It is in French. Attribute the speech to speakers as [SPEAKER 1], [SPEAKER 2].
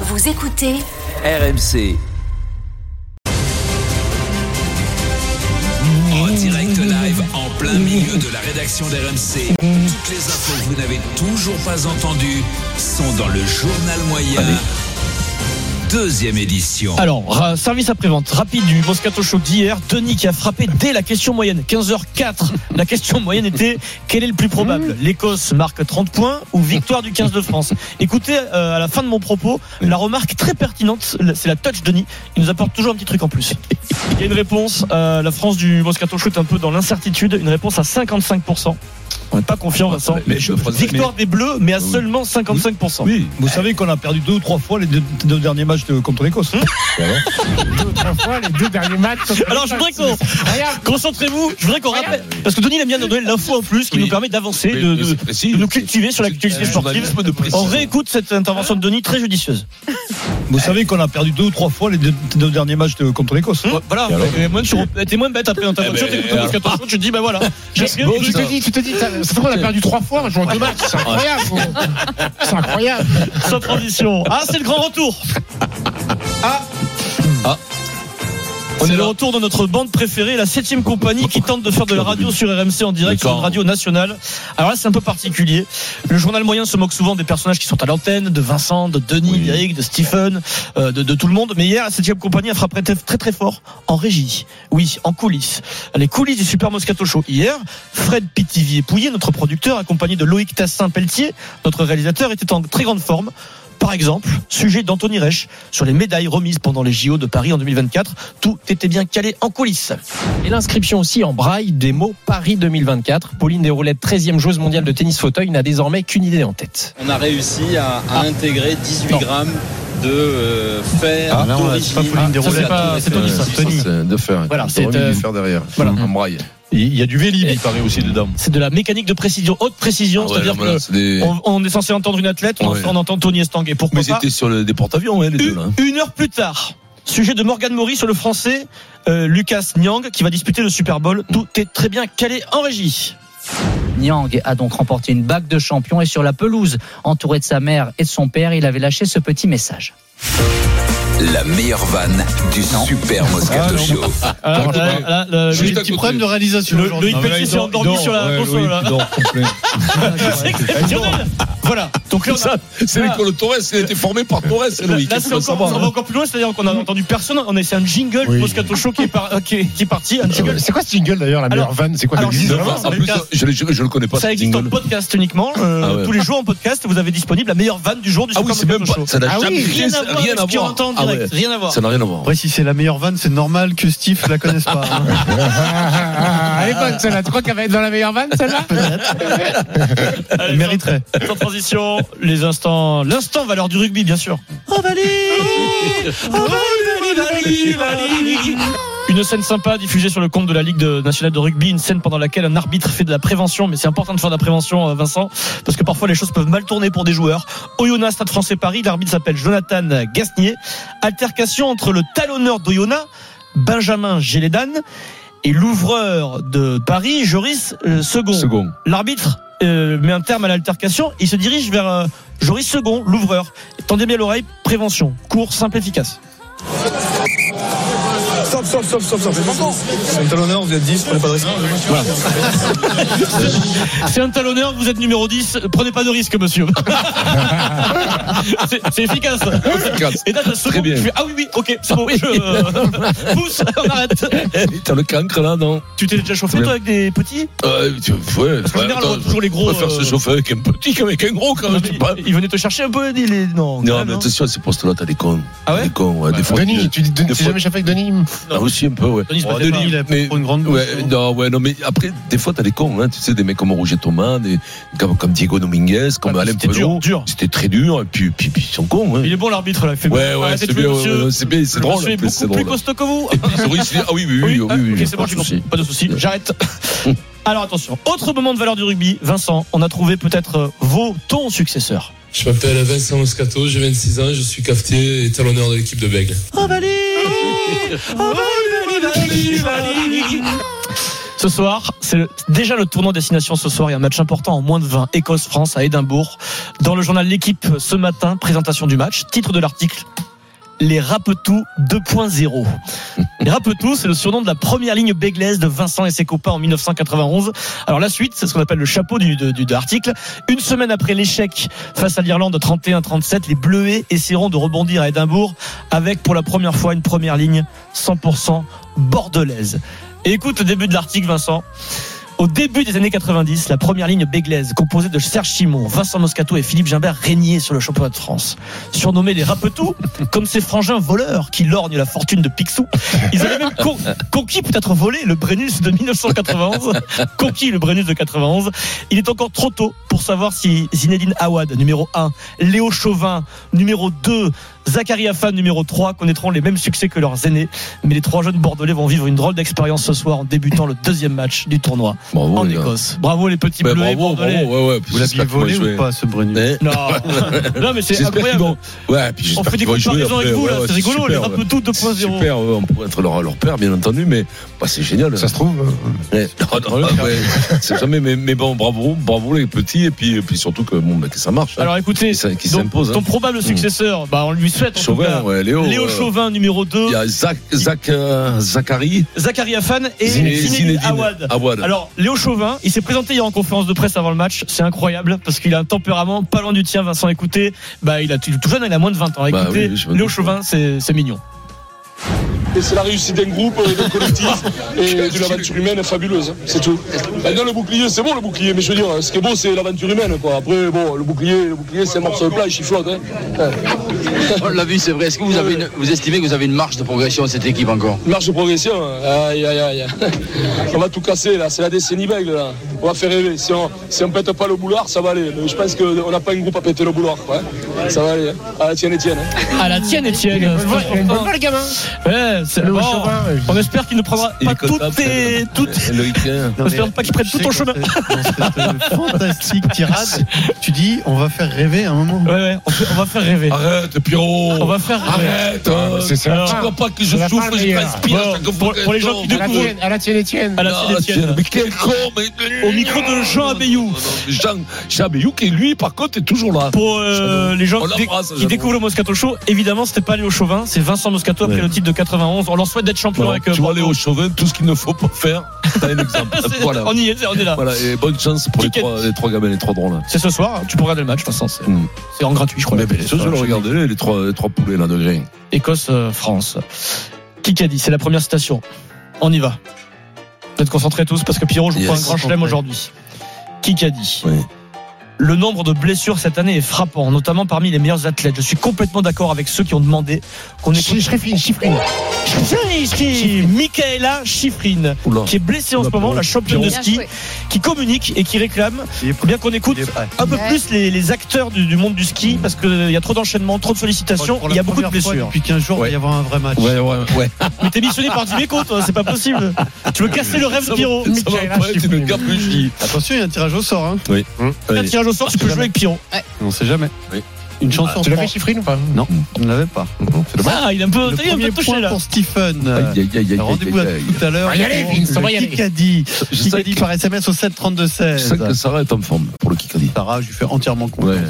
[SPEAKER 1] Vous écoutez
[SPEAKER 2] RMC. En direct live, en plein milieu de la rédaction d'RMC, toutes les infos que vous n'avez toujours pas entendues sont dans le journal moyen. Deuxième édition.
[SPEAKER 3] Alors, ra- service après-vente rapide du Moscato Show d'hier. Denis qui a frappé dès la question moyenne. 15h04. La question moyenne était quel est le plus probable L'Écosse marque 30 points ou victoire du 15 de France Écoutez, euh, à la fin de mon propos, la remarque très pertinente, c'est la touch Denis. Il nous apporte toujours un petit truc en plus. Il y a une réponse. euh, la France du Moscato Show est un peu dans l'incertitude. Une réponse à 55%. On n'est pas confiant, Vincent.
[SPEAKER 4] Mais je-
[SPEAKER 3] Victoire des Bleus, mais à seulement 55%.
[SPEAKER 4] Oui, Oh. vous savez qu'on a perdu deux ou trois fois les deux, deux derniers matchs de- contre l'Écosse.
[SPEAKER 5] Autrefois, les deux derniers matchs. sont
[SPEAKER 3] Alors, je voudrais qu'on-
[SPEAKER 5] Regarde,
[SPEAKER 3] Concentrez-vous, je voudrais qu'on rappelle. Parce que Denis aime bien nous donner l'info en plus qui
[SPEAKER 6] Oui.
[SPEAKER 3] nous permet d'avancer,
[SPEAKER 6] Mais-
[SPEAKER 3] de,
[SPEAKER 6] mais
[SPEAKER 3] de-
[SPEAKER 6] c'est- mais si,
[SPEAKER 3] de nous
[SPEAKER 6] c'est-
[SPEAKER 3] cultiver sur
[SPEAKER 6] c'est-
[SPEAKER 3] l'actualité
[SPEAKER 6] c'est un
[SPEAKER 3] sportive.
[SPEAKER 6] journalisme de précision.
[SPEAKER 3] On réécoute cette intervention de Denis très judicieuse.
[SPEAKER 4] Vous savez qu'on a perdu deux ou trois fois les deux, deux derniers matchs de- contre l'Écosse.
[SPEAKER 3] Hum,
[SPEAKER 4] Eh
[SPEAKER 3] Voilà, et moi, tu t'es moins bête après dans ta voiture,
[SPEAKER 4] ben,
[SPEAKER 3] t'écoutes un podcast, tu te dis, bah voilà, j'ai rien
[SPEAKER 5] tu te dis, tu te dis, ça ça se trouve, on a perdu trois fois en jouant deux matchs. C'est incroyable. C'est incroyable.
[SPEAKER 3] sans transition. Ah, c'est le grand retour
[SPEAKER 6] On
[SPEAKER 3] C'est
[SPEAKER 6] est
[SPEAKER 3] le
[SPEAKER 6] là.
[SPEAKER 3] retour de notre bande préférée, la 7 compagnie qui tente de faire de la radio sur RMC en direct sur une
[SPEAKER 6] D'accord.
[SPEAKER 3] radio nationale. Alors là, c'est un peu particulier. Le journal moyen se moque souvent des personnages qui sont à l'antenne, de Vincent, de Denis, d'Eric, de Stephen, euh, de, de tout le monde. Mais hier, la 7 compagnie a frappé très, très très fort en régie. Oui, en coulisses. Les coulisses du Super Moscato Show. Hier, Fred Pitivier Pouillet, notre producteur, accompagné de Loïc Tassin-Pelletier, notre réalisateur, était en très grande forme. Par exemple, sujet d'Anthony Reich sur les médailles remises pendant les JO de Paris en 2024. Tout était bien calé en coulisses.
[SPEAKER 7] Et l'inscription aussi en braille des mots Paris 2024. Pauline Desroulettes, 13e joueuse mondiale de tennis fauteuil, n'a désormais qu'une idée en tête.
[SPEAKER 8] On a réussi à, à intégrer 18 grammes de euh, fer
[SPEAKER 9] Ah, là, on a-
[SPEAKER 8] d'origine.
[SPEAKER 3] pas Pauline
[SPEAKER 8] Ça, c'est
[SPEAKER 3] Desroulettes.
[SPEAKER 8] pas- c'est Tony, ça.
[SPEAKER 9] Euh, c'est De faire.
[SPEAKER 7] Voilà,
[SPEAKER 9] Ils
[SPEAKER 7] c'est,
[SPEAKER 9] auraient mis
[SPEAKER 7] euh,
[SPEAKER 9] du fer derrière.
[SPEAKER 7] voilà.
[SPEAKER 9] En braille.
[SPEAKER 4] Il y a du Vélib,
[SPEAKER 7] Et-
[SPEAKER 4] il paraît aussi dedans.
[SPEAKER 3] C'est de la mécanique de précision, haute précision,
[SPEAKER 6] Ah ouais,
[SPEAKER 3] c'est-à-dire
[SPEAKER 6] non, mais là,
[SPEAKER 3] que
[SPEAKER 6] c'est des-
[SPEAKER 3] on, on est censé entendre une athlète, on,
[SPEAKER 6] Ouais.
[SPEAKER 3] on entend Tony Estanguet. Pourquoi
[SPEAKER 6] Mais
[SPEAKER 3] pas
[SPEAKER 6] c'était sur le- des porte-avions, hein, les deux, là.
[SPEAKER 3] Une, une heure plus tard, sujet de Morgan Mori sur le français euh, Lucas Nyang qui va disputer le Super Bowl. Tout est très bien calé en régie.
[SPEAKER 10] Niang a donc remporté une bague de champion et sur la pelouse, entouré de sa mère et de son père, il avait lâché ce petit message.
[SPEAKER 2] La meilleure vanne du Super Moscato Show.
[SPEAKER 3] Ah,
[SPEAKER 4] ouais.
[SPEAKER 3] là, là, là,
[SPEAKER 6] Juste
[SPEAKER 3] le-
[SPEAKER 6] à côté.
[SPEAKER 4] réalisation.
[SPEAKER 3] Le-
[SPEAKER 4] aujourd'hui.
[SPEAKER 3] Loïc
[SPEAKER 4] Ah, mais là,
[SPEAKER 3] Pelletier
[SPEAKER 4] il
[SPEAKER 3] s'est
[SPEAKER 4] dort-
[SPEAKER 3] endormi
[SPEAKER 4] il dort,
[SPEAKER 3] sur la
[SPEAKER 4] ouais,
[SPEAKER 3] console,
[SPEAKER 4] Loïc,
[SPEAKER 3] là.
[SPEAKER 4] il dort complet.
[SPEAKER 3] C'est exceptionnel. Voilà. Donc là, on a-
[SPEAKER 6] Ça, C'est
[SPEAKER 3] Ah.
[SPEAKER 6] l'école Torres, il a été formé par Torres, c'est hein. Loïc.
[SPEAKER 3] Là, c'est encore, on va encore plus loin, c'est-à-dire qu'on a entendu personne. On a essayé un jingle du Moscato Show qui est, par- euh, qui est- qui est parti.
[SPEAKER 6] Ah
[SPEAKER 3] Un jingle.
[SPEAKER 5] C'est quoi ce jingle d'ailleurs, la meilleure
[SPEAKER 3] Alors-
[SPEAKER 5] vanne C'est quoi
[SPEAKER 3] alors,
[SPEAKER 5] ça existe
[SPEAKER 3] je-
[SPEAKER 5] vraiment
[SPEAKER 6] hein. En plus, je, l'ai- je- je le connais pas.
[SPEAKER 3] Ça
[SPEAKER 6] ce
[SPEAKER 3] existe en
[SPEAKER 6] jingle.
[SPEAKER 3] podcast uniquement. euh,
[SPEAKER 6] Ah ouais.
[SPEAKER 3] Tous les jours en podcast, vous avez disponible la meilleure vanne du jour du
[SPEAKER 6] Ah oui,
[SPEAKER 3] Super
[SPEAKER 6] c'est même
[SPEAKER 3] Moscato
[SPEAKER 6] pas.
[SPEAKER 3] Show.
[SPEAKER 6] Ça n'a
[SPEAKER 5] Ah oui,
[SPEAKER 6] jamais
[SPEAKER 3] Rien à voir
[SPEAKER 6] rien
[SPEAKER 3] avec ce qu'on entend en
[SPEAKER 6] Ah ouais,
[SPEAKER 3] direct. Rien à voir.
[SPEAKER 6] Ça n'a rien à voir.
[SPEAKER 4] Après, si c'est la meilleure vanne, c'est normal que Steve la connaisse pas. hein.
[SPEAKER 5] Elle est bonne celle-là. Tu crois qu'elle va être dans la meilleure vanne celle-là
[SPEAKER 3] Allez,
[SPEAKER 4] mériterait.
[SPEAKER 3] Sans, sans transition, les instants, l'instant valeur du rugby, bien sûr. Oh, Valérie Oh, Valérie, Valérie, Valérie Une scène sympa diffusée sur le compte de la Ligue de- nationale de rugby, une scène pendant laquelle un arbitre fait de la prévention, mais c'est important de faire de la prévention, euh, Vincent, parce que parfois les choses peuvent mal tourner pour des joueurs. Oyonnax, Stade français Paris, l'arbitre s'appelle Jonathan Gasnier. Altercation entre le talonneur d'Oyonnax, Benjamin Gélédan, et l'ouvreur de Paris, Joris euh, Segond.
[SPEAKER 6] Second.
[SPEAKER 3] L'arbitre euh, met un terme à l'altercation. Il se dirige vers euh, Joris Second, l'ouvreur. Tendez bien l'oreille, prévention. Court, simple, efficace. C'est un talonneur, vous êtes numéro 10. Prenez pas de risque, monsieur. c'est, c'est efficace.
[SPEAKER 6] Efficace.
[SPEAKER 3] Et là, t'as Second
[SPEAKER 6] Très bien.
[SPEAKER 3] qui fait, Ah oui, oui, ok, c'est bon. je- Pousse, on arrête.
[SPEAKER 6] Eh, T'as le cancre là, non
[SPEAKER 3] Tu t'es déjà chauffé, toi, avec des petits
[SPEAKER 6] euh, tu- Ouais.
[SPEAKER 3] Parce qu'en
[SPEAKER 6] ouais,
[SPEAKER 3] général, on voit
[SPEAKER 6] attends,
[SPEAKER 3] toujours les
[SPEAKER 6] On
[SPEAKER 3] gros.
[SPEAKER 6] va faire
[SPEAKER 3] euh,
[SPEAKER 6] se chauffer avec un petit qu'avec un gros quand
[SPEAKER 3] non,
[SPEAKER 6] même.
[SPEAKER 3] mais
[SPEAKER 6] tu parles.
[SPEAKER 3] Ils venaient te chercher un peu, les- les- non. quand
[SPEAKER 6] Non,
[SPEAKER 3] même,
[SPEAKER 6] mais
[SPEAKER 3] hein.
[SPEAKER 6] attention, ces postes-là, t'as des cons.
[SPEAKER 3] Ah ouais
[SPEAKER 6] Des cons, ouais, des fois.
[SPEAKER 5] Denis, tu dis- tu
[SPEAKER 6] des
[SPEAKER 5] t'es
[SPEAKER 6] fois-
[SPEAKER 5] jamais chauffé avec Denis
[SPEAKER 6] Ah, aussi un peu, ouais.
[SPEAKER 3] Denis, c'est pas
[SPEAKER 6] Denis,
[SPEAKER 3] fait
[SPEAKER 4] Il a
[SPEAKER 6] mais-
[SPEAKER 4] pour une grande
[SPEAKER 6] Ouais, non, ouais, non, mais après, des fois, t'as des cons, hein, tu sais, des mecs comme Roger Thomas, des, comme, comme Diego Dominguez, comme
[SPEAKER 3] Ah,
[SPEAKER 6] Alain
[SPEAKER 3] C'était dur,
[SPEAKER 6] Pelot.
[SPEAKER 3] dur.
[SPEAKER 6] C'était très dur, et puis, puis, puis ils sont cons, hein.
[SPEAKER 3] Il est bon l'arbitre là, il fait
[SPEAKER 6] Ouais,
[SPEAKER 3] bon.
[SPEAKER 6] ouais,
[SPEAKER 3] Arrêtez de
[SPEAKER 6] c'est
[SPEAKER 3] jouer,
[SPEAKER 6] bien,
[SPEAKER 3] monsieur.
[SPEAKER 6] ouais, ouais, c'est bien, c'est
[SPEAKER 3] Le
[SPEAKER 6] drôle,
[SPEAKER 3] monsieur est
[SPEAKER 6] en plus, c'est
[SPEAKER 3] beaucoup plus
[SPEAKER 6] drôle.
[SPEAKER 3] costaud que vous.
[SPEAKER 6] Et puis, ils souris, ils disent, ah oui, oui, oui, oui,
[SPEAKER 3] ah,
[SPEAKER 6] oui,
[SPEAKER 3] ok,
[SPEAKER 6] oui,
[SPEAKER 3] c'est bon,
[SPEAKER 6] pas de
[SPEAKER 3] je suis
[SPEAKER 6] souci.
[SPEAKER 3] content. Pas de souci, j'arrête. Alors attention, autre moment de valeur du rugby, Vincent, on a trouvé peut-être euh, vos ton successeurs.
[SPEAKER 11] Je m'appelle Vincent Moscato, j'ai 26 ans, je suis cafetier et talonneur de l'équipe de Bègle.
[SPEAKER 6] Oh,
[SPEAKER 3] Oh Valérie Oh Valérie, Valérie, Valérie. Ce Ce soir, c'est le- déjà le tournoi destination ce soir. Il y a un match important en moins de 20. Écosse-France à Édimbourg. Dans le journal L'équipe ce matin, présentation du match. Titre de l'article. Les Rapetou 2.0. Les Rapetou, c'est le surnom de la première ligne béglaise de Vincent et ses copains en 1991. Alors la suite, c'est ce qu'on appelle le chapeau du, du- du- de l'article. Une semaine après l'échec face à l'Irlande 31-37, les Bleuets essaieront de rebondir à Édimbourg avec pour la première fois une première ligne 100% bordelaise. Et écoute le début de l'article, Vincent. Au début des années 90, la première ligne béglaise, composée de Serge Simon, Vincent Moscato et Philippe Gimbert, régnait sur le championnat de France. Surnommés les Rapetous, comme ces frangins voleurs qui lorgnent la fortune de Picsou, ils avaient même con- conquis, peut-être volé, le Brennus de 1991. Conquis le Brennus de 91. Il est encore trop tôt pour savoir si Zinedine Awad, numéro 1, Léo Chauvin, numéro 2, Zachary Afan, numéro 3, connaîtront les mêmes succès que leurs aînés. Mais les trois jeunes Bordelais vont vivre une drôle d'expérience ce soir en débutant le deuxième match du tournoi
[SPEAKER 6] Bravo,
[SPEAKER 3] en
[SPEAKER 6] les gars.
[SPEAKER 3] Écosse. Bravo les petits
[SPEAKER 6] Oh Ouais,
[SPEAKER 3] bleus.
[SPEAKER 6] bravo,
[SPEAKER 3] bordelais.
[SPEAKER 6] bravo, ouais, ouais.
[SPEAKER 4] Vous l'aviez
[SPEAKER 6] J'espère qu'ils vont
[SPEAKER 4] volé
[SPEAKER 6] jouer.
[SPEAKER 4] ou pas, ce Brenu
[SPEAKER 6] Mais-
[SPEAKER 3] Non. non, mais c'est
[SPEAKER 6] J'espère qu'ils
[SPEAKER 3] incroyable.
[SPEAKER 6] vont- Ouais, puis
[SPEAKER 3] On fait
[SPEAKER 6] j'espère
[SPEAKER 3] des
[SPEAKER 6] qu'ils vont y jouer
[SPEAKER 3] comparaisons avec
[SPEAKER 6] après,
[SPEAKER 3] vous là,
[SPEAKER 6] ouais,
[SPEAKER 3] c'est
[SPEAKER 6] ouais,
[SPEAKER 3] rigolo, les
[SPEAKER 6] super, ouais.
[SPEAKER 3] Rapetou
[SPEAKER 6] C'est
[SPEAKER 3] 2.0.
[SPEAKER 6] Super, ouais, on pourrait être leur, leur père, bien entendu, mais bah, c'est génial.
[SPEAKER 5] Ça se trouve. euh,
[SPEAKER 6] Ouais. Non, non, ouais, c'est jamais, mais, mais bon, bravo, bravo les petits, et puis, et puis surtout que, bon, bah, que ça marche. hein.
[SPEAKER 3] Alors écoutez,
[SPEAKER 6] Qui s- qui
[SPEAKER 3] donc,
[SPEAKER 6] s'impose, hein.
[SPEAKER 3] ton probable successeur, bah on lui souhaite en tout
[SPEAKER 6] Chauvin,
[SPEAKER 3] cas.
[SPEAKER 6] ouais, Léo.
[SPEAKER 3] Léo
[SPEAKER 6] ouais.
[SPEAKER 3] Chauvin numéro 2,
[SPEAKER 6] Il y a Zach, Zach, euh, Zachary
[SPEAKER 3] Zachary Afan et Zinedine, Awad.
[SPEAKER 6] Awad.
[SPEAKER 3] Alors Léo Chauvin, il s'est présenté hier en conférence de presse avant le match, c'est incroyable parce qu'il a un tempérament pas loin du tien Vincent, écoutez, bah il a il est tout jeune, il a moins de 20 ans.
[SPEAKER 6] Bah
[SPEAKER 3] Écoutez,
[SPEAKER 6] oui, oui, je me
[SPEAKER 3] Léo
[SPEAKER 6] doute.
[SPEAKER 3] Chauvin, c'est c'est mignon.
[SPEAKER 1] Et c'est la réussite d'un groupe, euh, d'un collectif et d'une aventure humaine fabuleuse, c'est tout. Maintenant, le bouclier, c'est bon le bouclier, mais je veux dire, ce qui est beau, c'est l'aventure humaine. Quoi. Après, bon, le bouclier, le bouclier c'est un morceau de plage, il flotte. Hein. Ouais.
[SPEAKER 8] On l'a vu, c'est vrai. Est-ce que vous, avez une- vous estimez que vous avez une marge de progression à cette équipe encore
[SPEAKER 1] Marche Euh, de progression, aïe aïe aïe. On va tout casser là, c'est la décennie bègle là. On va faire rêver. Si on si on pète pas le boulard, ça va aller. Mais je pense qu'on n'a pas un groupe à péter le boulard. quoi, hein. Ça va aller. hein. Ah, tiens, Etienne. hein.
[SPEAKER 3] À la tienne Étienne.
[SPEAKER 5] Il a une bonne voix, le gamin.
[SPEAKER 3] Ouais, c'est-
[SPEAKER 5] Léo
[SPEAKER 3] bon,
[SPEAKER 5] Chauvin, ouais.
[SPEAKER 3] on espère qu'il ne prendra
[SPEAKER 6] Il
[SPEAKER 3] pas
[SPEAKER 6] est
[SPEAKER 3] toutes
[SPEAKER 6] comptable,
[SPEAKER 3] tes, toutes
[SPEAKER 6] et le week-end.
[SPEAKER 3] On espère pas qu'il prenne tout ton chemin.
[SPEAKER 4] Fantastique tirade. Tu dis, on va faire rêver à un moment.
[SPEAKER 3] Ouais, ouais, on, fait- on va faire rêver.
[SPEAKER 6] Arrête, Pierrot
[SPEAKER 3] On va faire rêver.
[SPEAKER 6] Arrête
[SPEAKER 4] Ah,
[SPEAKER 6] hein.
[SPEAKER 5] C'est ça.
[SPEAKER 3] Alors,
[SPEAKER 6] Tu vois pas que je
[SPEAKER 5] On va
[SPEAKER 6] souffre,
[SPEAKER 5] parler,
[SPEAKER 6] je
[SPEAKER 5] hein.
[SPEAKER 6] transpire
[SPEAKER 3] Bon,
[SPEAKER 6] chaque fois
[SPEAKER 3] pour-
[SPEAKER 6] que
[SPEAKER 3] pour les
[SPEAKER 6] je
[SPEAKER 3] gens qui
[SPEAKER 6] tombe.
[SPEAKER 5] À la tienne, à la tienne, Étienne.
[SPEAKER 3] À la
[SPEAKER 6] Ah,
[SPEAKER 3] file
[SPEAKER 6] tiens,
[SPEAKER 3] Étienne.
[SPEAKER 6] mais quel con mais...
[SPEAKER 3] Au micro de Jean Abeyou.
[SPEAKER 6] Jean, Jean Abeyou qui lui par contre est toujours là.
[SPEAKER 3] Pour euh, les gens
[SPEAKER 6] On
[SPEAKER 3] qui,
[SPEAKER 6] l'embrasse,
[SPEAKER 3] qui
[SPEAKER 6] j'avoue.
[SPEAKER 3] découvrent le Moscato Show, évidemment, c'était pas Léo Chauvin, c'est Vincent Moscato après
[SPEAKER 4] Ouais.
[SPEAKER 3] le titre de 91. On leur souhaite d'être champion
[SPEAKER 6] Non,
[SPEAKER 3] avec. euh,
[SPEAKER 6] tu vois
[SPEAKER 3] Bordeaux.
[SPEAKER 6] Léo Chauvin, tout ce qu'il ne faut pas faire, t'as un exemple.
[SPEAKER 3] C'est-
[SPEAKER 6] voilà.
[SPEAKER 3] On y est, c'est- on est là.
[SPEAKER 6] voilà, et bonne chance pour les
[SPEAKER 3] Ticket.
[SPEAKER 6] trois, les trois gamins, les trois drôles là.
[SPEAKER 3] C'est ce soir, tu peux regarder le match, de toute façon, c'est
[SPEAKER 6] Mm.
[SPEAKER 3] c'est en gratuit, je crois.
[SPEAKER 6] Mais bien sûr, je le regarde, les trois, les trois poulets là de grain.
[SPEAKER 3] euh, Écosse-France. Kikadi, c'est la première citation. On y va. Vous êtes concentrés tous parce que Pierrot joue
[SPEAKER 6] Yes.
[SPEAKER 3] prends un grand chelem aujourd'hui. Kikadi.
[SPEAKER 6] Oui.
[SPEAKER 3] Le nombre de blessures cette année est frappant, notamment parmi les meilleurs athlètes. Je suis complètement d'accord avec ceux qui ont demandé qu'on écoute.
[SPEAKER 5] Chiffrine, chiffrine.
[SPEAKER 3] Chiffrine. Michaela Chiffrine,
[SPEAKER 6] Oula.
[SPEAKER 3] qui est blessée en ce moment, la championne de
[SPEAKER 9] Bien
[SPEAKER 3] ski,
[SPEAKER 9] joué.
[SPEAKER 3] qui communique et qui réclame
[SPEAKER 4] Il est
[SPEAKER 3] faut bien qu'on écoute
[SPEAKER 4] Il est prêt.
[SPEAKER 3] un peu
[SPEAKER 9] Ouais.
[SPEAKER 3] plus les, les acteurs du, du monde du ski parce qu'il y a trop d'enchaînements, trop de sollicitations,
[SPEAKER 4] Pour la
[SPEAKER 3] il y a beaucoup de
[SPEAKER 4] première fois
[SPEAKER 3] blessures.
[SPEAKER 4] Depuis 15 jours, il va y avoir un vrai match.
[SPEAKER 6] Ouais, ouais, ouais.
[SPEAKER 3] Mais t'es missionné par Dimeco, toi, c'est pas possible. Tu veux casser le rêve,
[SPEAKER 6] Ça va-
[SPEAKER 3] Pierrot.
[SPEAKER 6] ça va pas être une gabegie.
[SPEAKER 4] Attention, il y a un tirage au sort. Hein.
[SPEAKER 3] Un
[SPEAKER 6] Ouais.
[SPEAKER 3] tirage au sort, tu peux jouer avec Pierrot.
[SPEAKER 4] On sait jamais.
[SPEAKER 6] Oui.
[SPEAKER 4] Une chance sur
[SPEAKER 5] Ah, Tu l'avais
[SPEAKER 4] trois.
[SPEAKER 5] chiffrine ou pas
[SPEAKER 4] Non, on ne l'avait pas.
[SPEAKER 3] Ah, il est un peu,
[SPEAKER 4] Le
[SPEAKER 3] ça y est, un
[SPEAKER 4] premier
[SPEAKER 3] peu touché
[SPEAKER 4] point
[SPEAKER 3] là.
[SPEAKER 4] pour Stephen.
[SPEAKER 6] Aïe, aïe, aïe, aïe, aïe,
[SPEAKER 4] Rendez-vous à
[SPEAKER 6] aïe, aïe.
[SPEAKER 4] tout à l'heure.
[SPEAKER 5] On va y aller,
[SPEAKER 4] pour
[SPEAKER 5] Vince, on va y
[SPEAKER 4] le
[SPEAKER 5] aller.
[SPEAKER 4] Kikadi.
[SPEAKER 6] Je sais
[SPEAKER 4] Kikadi
[SPEAKER 6] que-
[SPEAKER 4] par SMS au 7 32
[SPEAKER 6] je sais
[SPEAKER 4] 16.
[SPEAKER 6] que Sarah est en forme pour le Kikadi.
[SPEAKER 4] Sarah, je lui fais entièrement confiance.
[SPEAKER 6] Ouais.